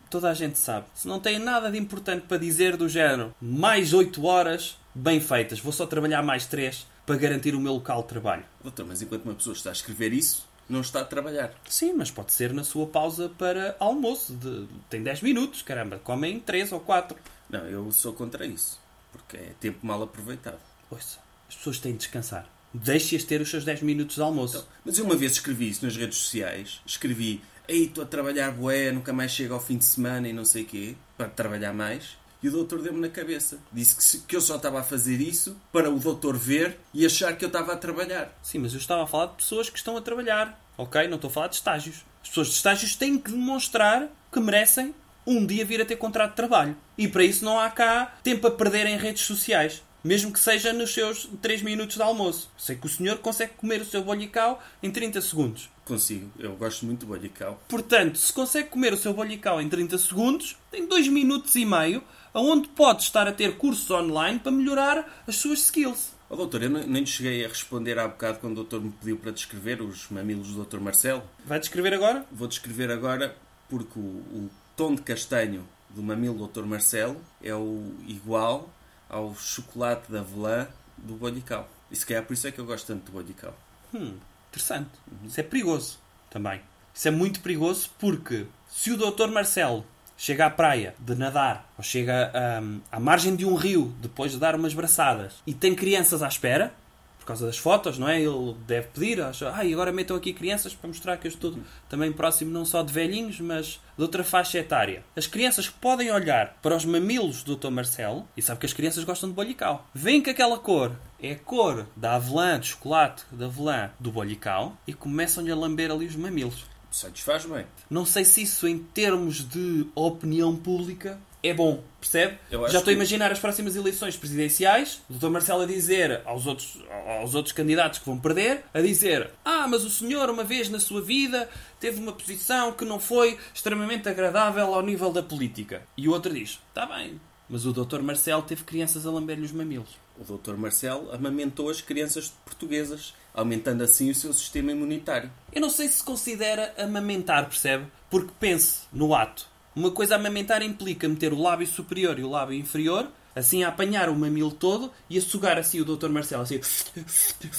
Speaker 3: Toda a gente sabe. Se não têm nada de importante para dizer do género, mais 8 horas bem feitas, vou só trabalhar mais 3 para garantir o meu local de trabalho.
Speaker 2: Doutor, mas enquanto uma pessoa está a escrever isso, não está a trabalhar.
Speaker 3: Sim, mas pode ser na sua pausa para almoço. de- Tem 10 minutos, caramba, comem 3 ou 4.
Speaker 2: Não, eu sou contra isso. Porque é tempo mal aproveitado.
Speaker 3: Ouça, as pessoas têm de descansar. Deixe-as ter os seus 10 minutos de almoço.
Speaker 2: Mas eu uma vez escrevi isso nas redes sociais. Escrevi, ei, estou a trabalhar bué, nunca mais chego ao fim de semana e não sei quê, para trabalhar mais. E o doutor deu-me na cabeça. Disse que, se- que eu só estava a fazer isso para o doutor ver e achar que eu estava a trabalhar.
Speaker 3: Sim, mas eu estava a falar de pessoas que estão a trabalhar, ok? Não estou a falar de estágios. As pessoas de estágios têm que demonstrar que merecem um dia vir a ter contrato de trabalho. E para isso não há cá tempo a perder em redes sociais. Mesmo que seja nos seus 3 minutos de almoço. Sei que o senhor consegue comer o seu bolicau em 30 segundos.
Speaker 2: Consigo, eu gosto muito do bolicau.
Speaker 3: Portanto, se consegue comer o seu bolicau em 30 segundos, tem 2 minutos e meio, aonde pode estar a ter cursos online para melhorar as suas skills.
Speaker 2: Ó doutor, eu ne- nem lhe cheguei a responder há bocado quando o doutor me pediu para descrever os mamilos do doutor Marcelo.
Speaker 3: Vai descrever agora?
Speaker 2: Vou descrever agora porque o, o tom de castanho do mamilo Dr. Marcelo é o igual ao chocolate da avelã do Bolicau. E se calhar por isso é que eu gosto tanto do Bolicau.
Speaker 3: Hum, interessante. Isso é perigoso também. Isso é muito perigoso porque se o Dr. Marcelo chega à praia de nadar ou chega hum, à margem de um rio depois de dar umas braçadas e tem crianças à espera, por causa das fotos, não é? Ele deve pedir, acha, ah, e agora metam aqui crianças para mostrar que eu estou também próximo não só de velhinhos, mas de outra faixa etária. As crianças que podem olhar para os mamilos do Dr. Marcelo, e sabe que as crianças gostam de bolicau, veem que aquela cor é a cor da avelã, do chocolate da avelã do bolicau, e começam-lhe a lamber ali os mamilos.
Speaker 2: Satisfaz bem.
Speaker 3: Não sei se isso, em termos de opinião pública, é bom, percebe?
Speaker 2: Eu acho
Speaker 3: Já estou
Speaker 2: que-
Speaker 3: a imaginar as próximas eleições presidenciais, o Dr. Marcelo a dizer aos outros, aos outros candidatos que vão perder, a dizer: Ah, mas o senhor, uma vez na sua vida, teve uma posição que não foi extremamente agradável ao nível da política. E o outro diz: Está bem, mas o Dr. Marcelo teve crianças a lamber-lhe os mamilos.
Speaker 2: O Dr. Marcelo amamentou as crianças portuguesas, aumentando assim o seu sistema imunitário.
Speaker 3: Eu não sei se considera amamentar, percebe? Porque pense no ato. Uma coisa amamentar implica meter o lábio superior e o lábio inferior, assim a apanhar o mamilo todo e a sugar assim o Dr. Marcelo, assim.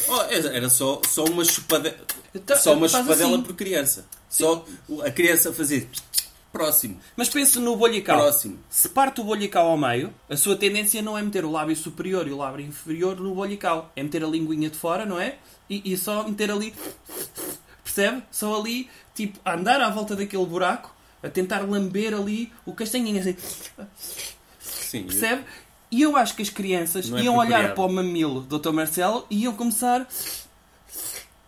Speaker 2: Oh, era era só, só uma chupadela,
Speaker 3: Então,
Speaker 2: só uma
Speaker 3: faz
Speaker 2: chupadela
Speaker 3: assim.
Speaker 2: por criança. Só o- a criança fazer próximo.
Speaker 3: Mas pense no bolicau.
Speaker 2: Próximo.
Speaker 3: Se parte o bolicau ao meio, a sua tendência não é meter o lábio superior e o lábio inferior no bolicau. É meter a linguinha de fora, não é? E, e só meter ali. Percebe? Só ali, tipo, a andar à volta daquele buraco, a tentar lamber ali o castanhinho, assim,
Speaker 2: Sim,
Speaker 3: percebe? E eu acho que as crianças
Speaker 2: Não é
Speaker 3: iam olhar
Speaker 2: apropriado.
Speaker 3: para o mamilo do Dr. Marcelo e iam começar.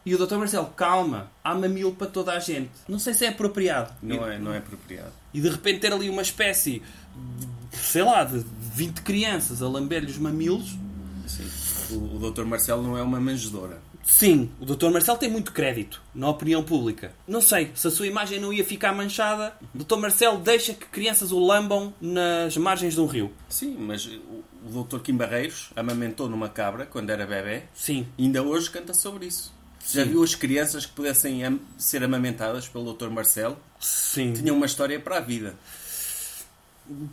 Speaker 3: E o Dr. Marcelo, calma, há mamilo para toda a gente. Não sei se é apropriado.
Speaker 2: Não é, não é apropriado.
Speaker 3: E de repente ter ali uma espécie, de, sei lá, de 20 crianças a lamber-lhe os mamilos.
Speaker 2: Sim. O, o Dr. Marcelo não é uma manjedora.
Speaker 3: Sim, o Dr. Marcelo tem muito crédito na opinião pública. Não sei se a sua imagem não ia ficar manchada. Dr. Marcelo deixa que crianças o lambam nas margens de um rio.
Speaker 2: Sim, mas o, o Dr. Kim Barreiros amamentou numa cabra quando era bebê.
Speaker 3: Sim.
Speaker 2: E ainda hoje canta sobre isso. Já viu as crianças que pudessem am- ser amamentadas pelo Dr. Marcelo?
Speaker 3: Sim.
Speaker 2: Tinham uma história para a vida.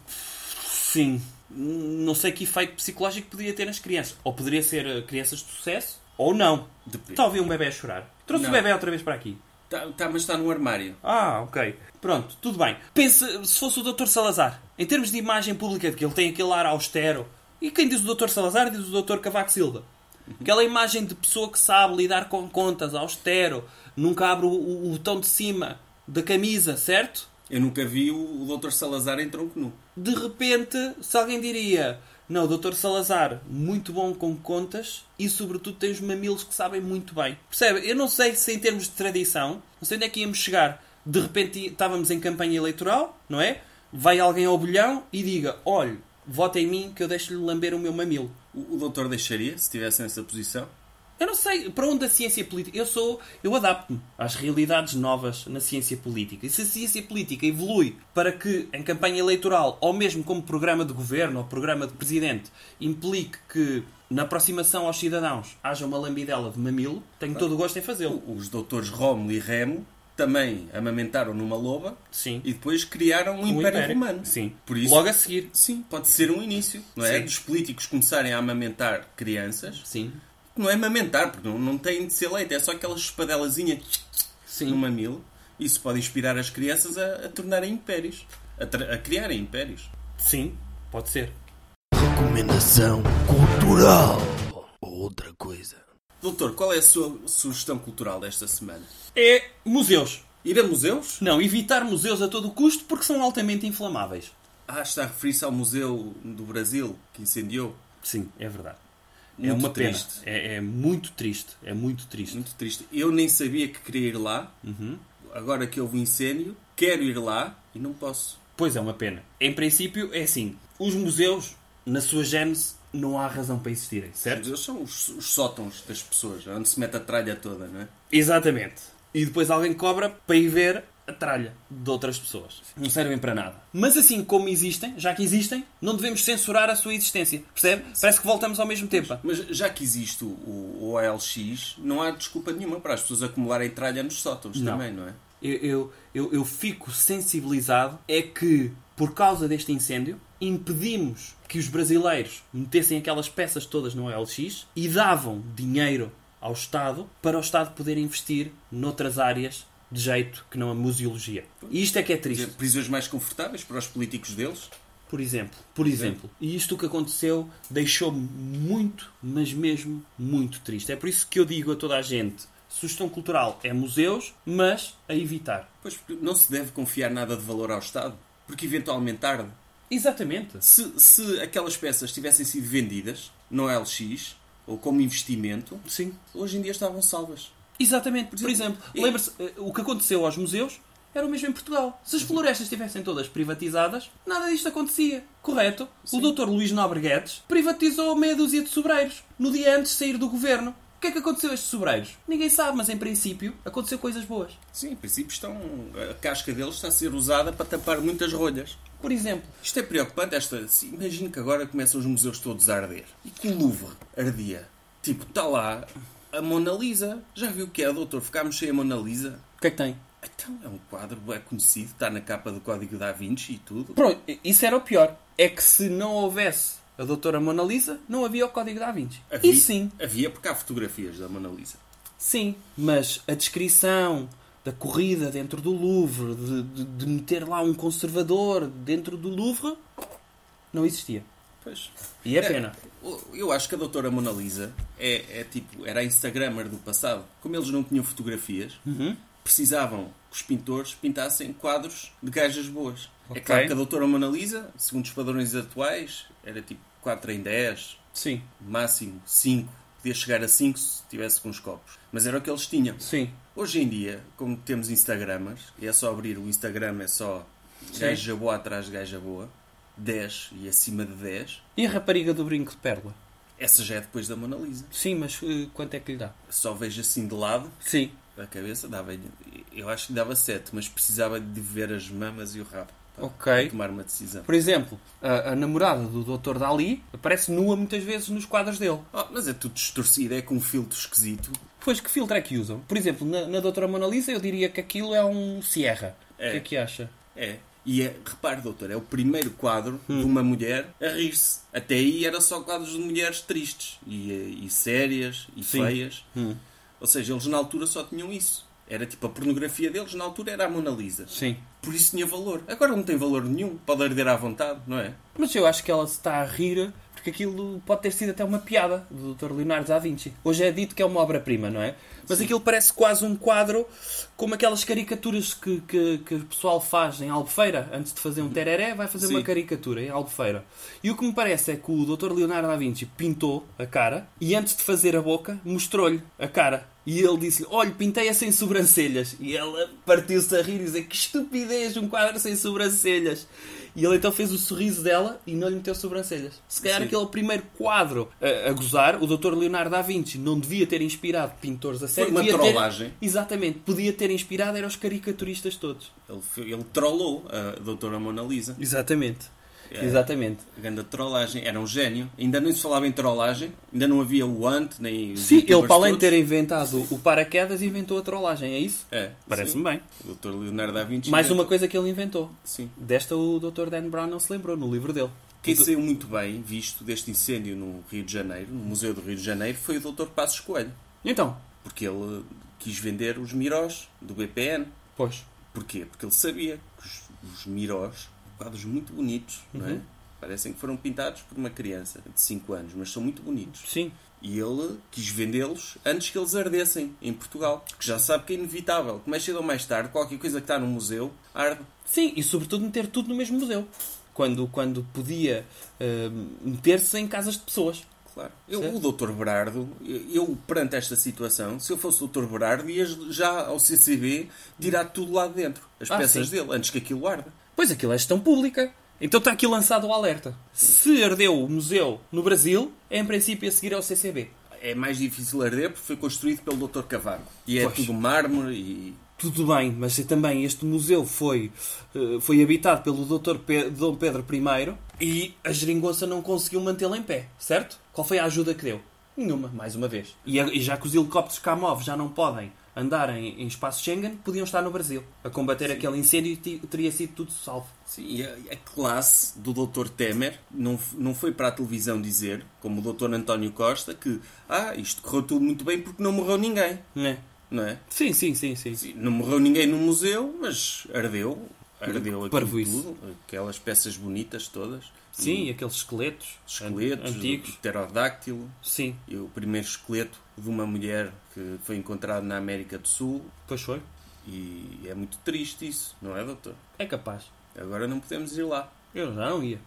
Speaker 3: Sim. Não sei que efeito psicológico poderia ter nas crianças. Ou poderia ser eh, crianças de sucesso, ou não.
Speaker 2: Depende.
Speaker 3: Talvez um bebê a chorar. Trouxe
Speaker 2: Não.
Speaker 3: o bebê outra vez para aqui.
Speaker 2: Tá, tá, mas está no armário.
Speaker 3: Ah, ok. Pronto, tudo bem. Pense, se fosse o Dr. Salazar, em termos de imagem pública, de que ele tem aquele ar austero, e quem diz o Dr. Salazar diz o Dr. Cavaco Silva. Aquela imagem de pessoa que sabe lidar com contas, austero, nunca abre o, o- o botão de cima da camisa, certo?
Speaker 2: Eu nunca vi o, o Dr. Salazar em tronco nu.
Speaker 3: De repente, se alguém diria, não, o Dr. Salazar, muito bom com contas e sobretudo tem os mamilos que sabem muito bem. Percebe? Eu não sei se em termos de tradição, não sei onde é que íamos chegar. De repente estávamos em campanha eleitoral, não é? Vai alguém ao bolhão e diga, olhe, vota em mim que eu deixo-lhe lamber o meu mamilo.
Speaker 2: O, o doutor deixaria, se estivesse nessa posição?
Speaker 3: Eu não sei para onde a ciência política. Eu sou. Eu adapto-me às realidades novas na ciência política. E se a ciência política evolui para que, em campanha eleitoral, ou mesmo como programa de governo ou programa de presidente, implique que, na aproximação aos cidadãos, haja uma lambidela de mamilo, tenho todo o gosto em fazê-lo.
Speaker 2: Os doutores Rómulo e Remo também amamentaram numa loba
Speaker 3: Sim.
Speaker 2: e depois criaram um, império, romano.
Speaker 3: Sim.
Speaker 2: Por isso,
Speaker 3: Logo a seguir.
Speaker 2: Sim, pode ser um início, não é?
Speaker 3: Sim.
Speaker 2: Dos políticos começarem a amamentar crianças.
Speaker 3: Sim.
Speaker 2: Não é amamentar, porque não, não tem de ser leite, é só aquela espadelazinha
Speaker 3: Sim.
Speaker 2: no mamilo. Isso pode inspirar as crianças a, a tornarem impérios, a, tra- a criarem impérios.
Speaker 3: Sim. Pode ser.
Speaker 1: Recomendação cultural. Ou outra coisa.
Speaker 2: Doutor, qual é a sua sugestão cultural desta semana?
Speaker 3: É museus.
Speaker 2: Ir a museus?
Speaker 3: Não, evitar museus a todo custo porque são altamente inflamáveis.
Speaker 2: Ah, está a referir-se ao Museu do Brasil que incendiou.
Speaker 3: Sim, é verdade. é
Speaker 2: Muito
Speaker 3: uma
Speaker 2: triste.
Speaker 3: pena. É, é muito triste. É muito triste.
Speaker 2: Muito triste. Eu nem sabia que queria ir lá. Agora que houve um incêndio, quero ir lá e não posso.
Speaker 3: Pois é, uma pena. Em princípio, é assim. Os museus, na sua gênese, não há razão para existirem,
Speaker 2: Os
Speaker 3: certo?
Speaker 2: museus são os, os sótãos das pessoas, onde se mete a tralha toda, não é?
Speaker 3: Exatamente. E depois alguém cobra para ir ver a tralha de outras pessoas. Não servem para nada. Mas assim como existem, já que existem, não devemos censurar a sua existência. Percebe? Parece que voltamos ao mesmo tempo.
Speaker 2: Mas já que existe o, o OLX, não há desculpa nenhuma para as pessoas acumularem tralha nos sótãos
Speaker 3: Não.
Speaker 2: também, não é?
Speaker 3: Eu, eu, eu, eu fico sensibilizado é que, por causa deste incêndio, impedimos que os brasileiros metessem aquelas peças todas no OLX e davam dinheiro ao Estado para o Estado poder investir noutras áreas de jeito que não a museologia. E isto é que é
Speaker 2: Quer
Speaker 3: triste.
Speaker 2: dizer, Prisões mais confortáveis para os políticos deles.
Speaker 3: Por exemplo, por exemplo. E isto que aconteceu deixou-me muito, mas mesmo muito triste. É por isso que eu digo a toda a gente, sugestão cultural é museus, mas a evitar.
Speaker 2: Pois porque não se deve confiar nada de valor ao Estado, porque eventualmente tarde.
Speaker 3: Exatamente.
Speaker 2: Se, se aquelas peças tivessem sido vendidas no OLX, ou como investimento,
Speaker 3: Sim.
Speaker 2: hoje em dia estavam salvas.
Speaker 3: Exatamente. Por exemplo,
Speaker 2: e-
Speaker 3: lembra-se, eh, o que aconteceu aos museus era o mesmo em Portugal. Se as florestas estivessem todas privatizadas, nada disto acontecia. Correto? O Dr. Luís Nobre Guedes privatizou meia dúzia de sobreiros no dia antes de sair do governo. O que é que aconteceu a estes sobreiros? Ninguém sabe, mas em princípio aconteceu coisas boas.
Speaker 2: Sim, em princípio estão. A casca deles está a ser usada para tapar muitas rolhas.
Speaker 3: Por exemplo,
Speaker 2: Isto é preocupante, esta. se- Imagino que agora começam os museus todos a arder. E que o Louvre ardia. Tipo, está lá a Mona Lisa. Já viu o que é, doutor? Ficámos sem a Mona Lisa.
Speaker 3: o que é que tem?
Speaker 2: Então é um quadro é conhecido, está na capa do Código da Vinci e tudo.
Speaker 3: Pronto, isso era o pior. É que se não houvesse a Doutora Mona Lisa, não havia o Código da Vinci. E sim,
Speaker 2: Havia porque há fotografias da Mona Lisa.
Speaker 3: Sim, mas a descrição da corrida dentro do Louvre, de, de- de meter lá um conservador dentro do Louvre, não existia.
Speaker 2: Pois.
Speaker 3: E é pena.
Speaker 2: Eu acho que a doutora Mona
Speaker 3: Uhum.
Speaker 2: Lisa é, é tipo, era a Instagrammer do passado. Como eles não tinham fotografias, precisavam que os pintores pintassem quadros de gajas boas. É
Speaker 3: Ok.
Speaker 2: claro que a doutora Mona Lisa, segundo os padrões atuais, era tipo 4 em 10,
Speaker 3: Sim,
Speaker 2: máximo 5. Podia chegar a 5 se tivesse com os copos. Mas era o que eles tinham.
Speaker 3: sim.
Speaker 2: Hoje em dia, como temos Instagramers, e é só abrir o Instagram, é só gaja boa atrás de gaja boa, 10 e acima de 10,
Speaker 3: E a rapariga do brinco de pérola?
Speaker 2: essa já é depois da Mona Lisa.
Speaker 3: Sim, mas eh, quanto é que lhe dá?
Speaker 2: Só vejo assim de lado,
Speaker 3: Sim.
Speaker 2: da cabeça, dava eu acho que dava 7, mas precisava de ver as mamas e o rabo para
Speaker 3: Ok.
Speaker 2: tomar uma decisão.
Speaker 3: Por exemplo, a, a namorada do Dr. Dali aparece nua muitas vezes nos quadros dele.
Speaker 2: Oh, mas é tudo distorcido, é com um filtro esquisito.
Speaker 3: Pois que filtro é que usam? Por exemplo, na, na Doutora Mona Lisa eu diria que aquilo é um Sierra. O que é que acha?
Speaker 2: É. E é, repare, doutor, é o primeiro quadro de uma mulher a rir-se. Até aí era só quadros de mulheres tristes e, eh, e sérias e feias. Ou seja, eles na altura só tinham isso. Era tipo a pornografia deles na altura era a Mona Lisa.
Speaker 3: Sim.
Speaker 2: Por isso tinha valor. Agora não tem valor nenhum. Pode arder à vontade, não é?
Speaker 3: Mas eu acho que ela se está a rir porque aquilo pode ter sido até uma piada do Dr. Leonardo da Vinci. Hoje é dito que é uma obra-prima, não é? Mas aquilo parece quase um quadro como aquelas caricaturas que, que, que o pessoal faz em Albufeira. Antes de fazer um tereré, vai fazer
Speaker 2: Sim.
Speaker 3: uma caricatura em Albufeira. E o que me parece é que o Dr. Leonardo da Vinci pintou a cara e antes de fazer a boca, mostrou-lhe a cara. E ele disse-lhe, olha, pintei-a sem sobrancelhas. E ela partiu-se a rir e dizer, que estupidez, um quadro sem sobrancelhas. E ele então fez o sorriso dela e não lhe meteu sobrancelhas. Se calhar
Speaker 2: Sim.
Speaker 3: aquele é o primeiro quadro a, a gozar. O Dr. Leonardo da Vinci não devia ter inspirado pintores a sério.
Speaker 2: uma
Speaker 3: devia ter-
Speaker 2: trollagem.
Speaker 3: Exatamente. Podia ter inspirado, eram os caricaturistas todos.
Speaker 2: Ele, fe- ele trollou a doutora Mona Lisa.
Speaker 3: Exatamente.
Speaker 2: É.
Speaker 3: Exatamente.
Speaker 2: A grande trollagem. Era um gênio. Ainda nem se falava em trollagem. Ainda não havia o ant, nem... os
Speaker 3: Sim, ele
Speaker 2: youtubers
Speaker 3: para além de
Speaker 2: todos.
Speaker 3: ter inventado o paraquedas, inventou a trollagem, é isso?
Speaker 2: É, sim.
Speaker 3: Parece-me bem.
Speaker 2: O doutor Leonardo da Vinci...
Speaker 3: Mais uma coisa que ele inventou.
Speaker 2: Sim.
Speaker 3: Desta o Dr. Dan Brown não se lembrou no livro dele. Tipo,
Speaker 2: Quem saiu muito bem visto deste incêndio no Rio de Janeiro, no Museu do Rio de Janeiro, foi o Dr. Passos Coelho,
Speaker 3: Então,
Speaker 2: porque ele quis vender os mirós do BPN.
Speaker 3: pois.
Speaker 2: Porquê? Porque ele sabia que os, os mirós, quadros muito bonitos, não
Speaker 3: Uhum.
Speaker 2: é? Parecem que foram pintados por uma criança de 5 anos, mas são muito bonitos.
Speaker 3: Sim.
Speaker 2: E ele quis vendê-los antes que eles ardessem em Portugal, que já sabe que é inevitável, que mais cedo ou mais tarde, qualquer coisa que está no museu arde.
Speaker 3: Sim, e sobretudo meter tudo no mesmo museu. Quando, quando podia eh, meter-se em casas de pessoas.
Speaker 2: Claro. Eu,
Speaker 3: Certo.
Speaker 2: o Dr. Berardo, eu perante esta situação, se eu fosse o Dr. Berardo, ia já ao CCB tirar tudo lá de dentro, as
Speaker 3: Ah,
Speaker 2: peças
Speaker 3: sim.
Speaker 2: dele, antes que aquilo arda.
Speaker 3: Pois aquilo é gestão pública. Então está aqui lançado o alerta. Se ardeu o museu no Brasil, é em princípio a seguir ao CCB.
Speaker 2: É mais difícil arder porque foi construído pelo Dr. Cavaco. E é
Speaker 3: Pois.
Speaker 2: tudo mármore e.
Speaker 3: Tudo bem, mas também este museu foi, eh, foi habitado pelo Dr. Pe- Dom Pedro I e a geringonça não conseguiu mantê-lo em pé, certo? Qual foi a ajuda que deu? Nenhuma, mais uma vez. E, a- e já que os helicópteros Kamov já não podem andar em, em espaço Schengen, podiam estar no Brasil a combater aquele incêndio e ti- teria sido tudo salvo.
Speaker 2: Sim, e a, a classe do Dr. Temer não, f- não foi para a televisão dizer, como o Dr. António Costa, que ah, isto correu tudo muito bem porque não morreu ninguém,
Speaker 3: Né?
Speaker 2: não é?
Speaker 3: Sim, sim, sim, sim.
Speaker 2: Sim, Não morreu ninguém no museu, mas ardeu. Ardeu aquilo
Speaker 3: Parvoíce.
Speaker 2: tudo, aquelas peças bonitas todas.
Speaker 3: Sim, aqueles esqueletos.
Speaker 2: esqueletos,
Speaker 3: an-
Speaker 2: do
Speaker 3: antigos.
Speaker 2: pterodáctilo,
Speaker 3: Sim,
Speaker 2: e o primeiro esqueleto de uma mulher que foi encontrado na América do Sul
Speaker 3: pois foi.
Speaker 2: e é muito triste isso, não é, doutor?
Speaker 3: É capaz.
Speaker 2: Agora não podemos ir lá.
Speaker 3: Eu já não ia.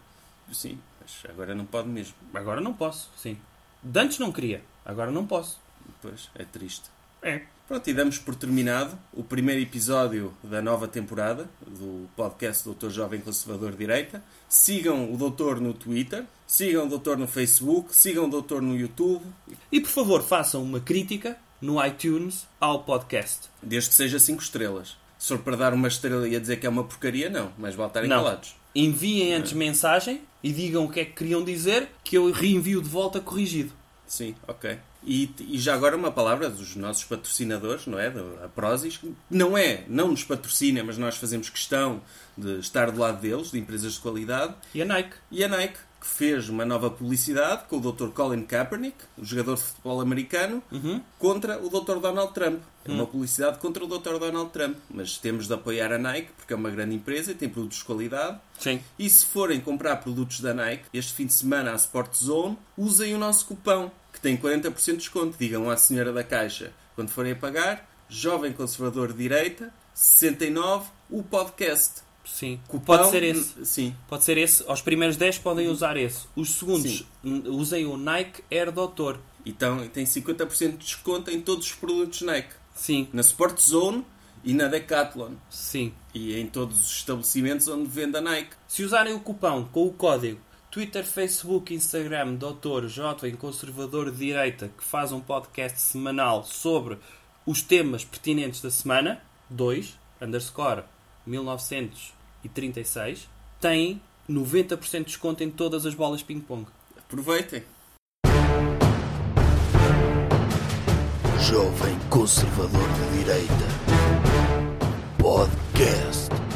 Speaker 2: Sim, mas agora não pode mesmo.
Speaker 3: Agora não posso, sim. Dantes não queria, agora não posso.
Speaker 2: Pois, é triste.
Speaker 3: É.
Speaker 2: Pronto, e damos por terminado o primeiro episódio da nova temporada do podcast Doutor Jovem Conservador de Direita. Sigam o doutor no Twitter, sigam o doutor no Facebook, sigam o doutor no YouTube,
Speaker 3: E por favor, façam uma crítica no iTunes ao podcast.
Speaker 2: Desde que seja 5 estrelas. Se for para dar uma estrela e a dizer que é uma porcaria, não. Mas vale estarem calados.
Speaker 3: Enviem antes mensagem e digam o que é que queriam dizer, que eu reenvio de volta corrigido.
Speaker 2: Sim, ok. E, e já agora uma palavra dos nossos patrocinadores, não é? Da- A Prozis. que Não é, não nos patrocina, mas nós fazemos questão de estar do lado deles, de empresas de qualidade.
Speaker 3: E a Nike?
Speaker 2: E a Nike, que fez uma nova publicidade com o Dr. Colin Kaepernick, o jogador de futebol americano,
Speaker 3: Uhum.
Speaker 2: contra o Dr. Donald Trump. É uma publicidade contra o Dr. Donald Trump. Mas temos de apoiar a Nike, porque é uma grande empresa e tem produtos de qualidade.
Speaker 3: Sim.
Speaker 2: E se forem comprar produtos da Nike este fim de semana à Sport Zone, usem o nosso cupão, que tem 40% de desconto. Digam à senhora da caixa, quando forem a pagar, Jovem Conservador de Direita, 69, o podcast.
Speaker 3: Sim.
Speaker 2: Cupão,
Speaker 3: Pode ser esse.
Speaker 2: n- Sim.
Speaker 3: Pode ser esse. Aos primeiros 10 podem usar esse. Os segundos
Speaker 2: Sim.
Speaker 3: n- usem o Nike Air Doutor.
Speaker 2: Então tem 50% de desconto em todos os produtos Nike.
Speaker 3: Sim.
Speaker 2: Na Sport Zone e na Decathlon.
Speaker 3: Sim.
Speaker 2: E em todos os estabelecimentos onde vende a Nike.
Speaker 3: Se usarem o cupão com o código Twitter, Facebook, Instagram, Doutor Jovem Conservador de Direita, que faz um podcast semanal sobre os temas pertinentes da semana, 2, underscore 1936, têm 90% de desconto em todas as bolas ping-pong.
Speaker 2: Aproveitem.
Speaker 1: Jovem Conservador de Direita. Podcast.